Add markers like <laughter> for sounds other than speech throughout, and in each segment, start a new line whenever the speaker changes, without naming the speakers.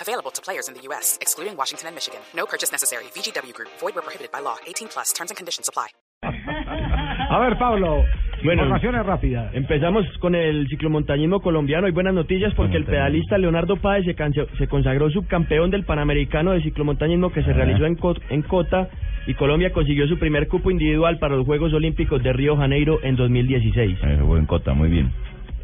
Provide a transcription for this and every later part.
Available to players in the U.S., excluding Washington and Michigan. No purchase necessary. VGW Group, void were prohibited by law. 18 plus terms and conditions apply.
A ver, Pablo,
Bueno.
informaciones rápidas.
Empezamos con el ciclomontañismo colombiano. Hay buenas noticias porque el pedalista Leonardo Páez se, canse- se consagró subcampeón del Panamericano de ciclomontañismo que se realizó en, Co- en Cota y Colombia consiguió su primer cupo individual para los Juegos Olímpicos de Río Janeiro en 2016.
Eh, buen cota, muy bien.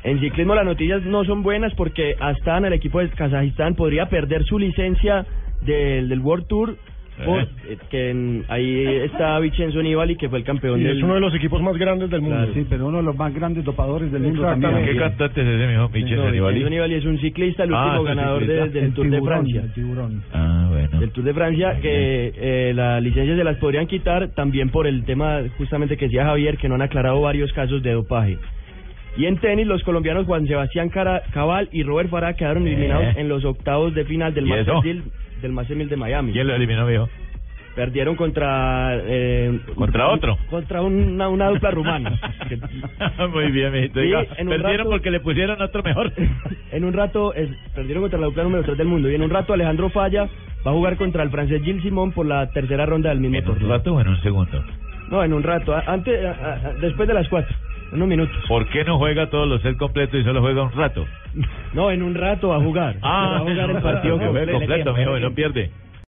En ciclismo las noticias no son buenas porque Astana, el equipo de Kazajistán, podría perder su licencia del, del World Tour. por-
Eh.
eh, que en- ahí está Vicenzo Nibali que fue el campeón
Y
del
es uno de los equipos más grandes del mundo.
Sí, pero uno de los más grandes dopadores del mundo también.
Exactamente.
¿Qué este cantante es ese, mijo?
No,
Vincenzo
Vincenzo
Nibali.
Nibali es un ciclista, el
Ah,
último
es un
ganador de-
ciclista.
del Tour de
tiburón,
Francia.
el tiburón.
Ah, bueno.
del Tour de Francia,
Muy
que eh, las licencias se las podrían quitar también por el tema justamente que decía Javier, que no han aclarado varios casos de dopaje. Y en tenis, los colombianos Juan Sebastián Cara- Cabal y Robert Farah quedaron
Eh.
eliminados en los octavos de final del
¿Y
Masters
eso?
Deal- del Masters Deal de Miami.
¿Quién lo eliminó, mijo?
Perdieron contra... eh,
¿Contra
un-
otro?
Contra una, una dupla rumana. Que-
<laughs> muy bien, mijito.
Sí,
Diga,
en un
Perdieron
rato-
porque le pusieron
<laughs>
otro mejor.
en un rato, es- perdieron contra la dupla número 3 del mundo. Y en un rato, Alejandro Falla va a jugar contra el francés Gilles Simon por la tercera ronda del mismo
¿En un
torneo.
rato o en un segundo?
No, en un rato. a- Antes, a- a- después de las cuatro. Unos minutos. <laughs>
¿Por qué no juega todos los sets completos y solo juega un rato?
No, en un rato va a jugar. va a jugar el partido
que Ah. juegue <laughs>
completo.
completo, mijo, y no pierde.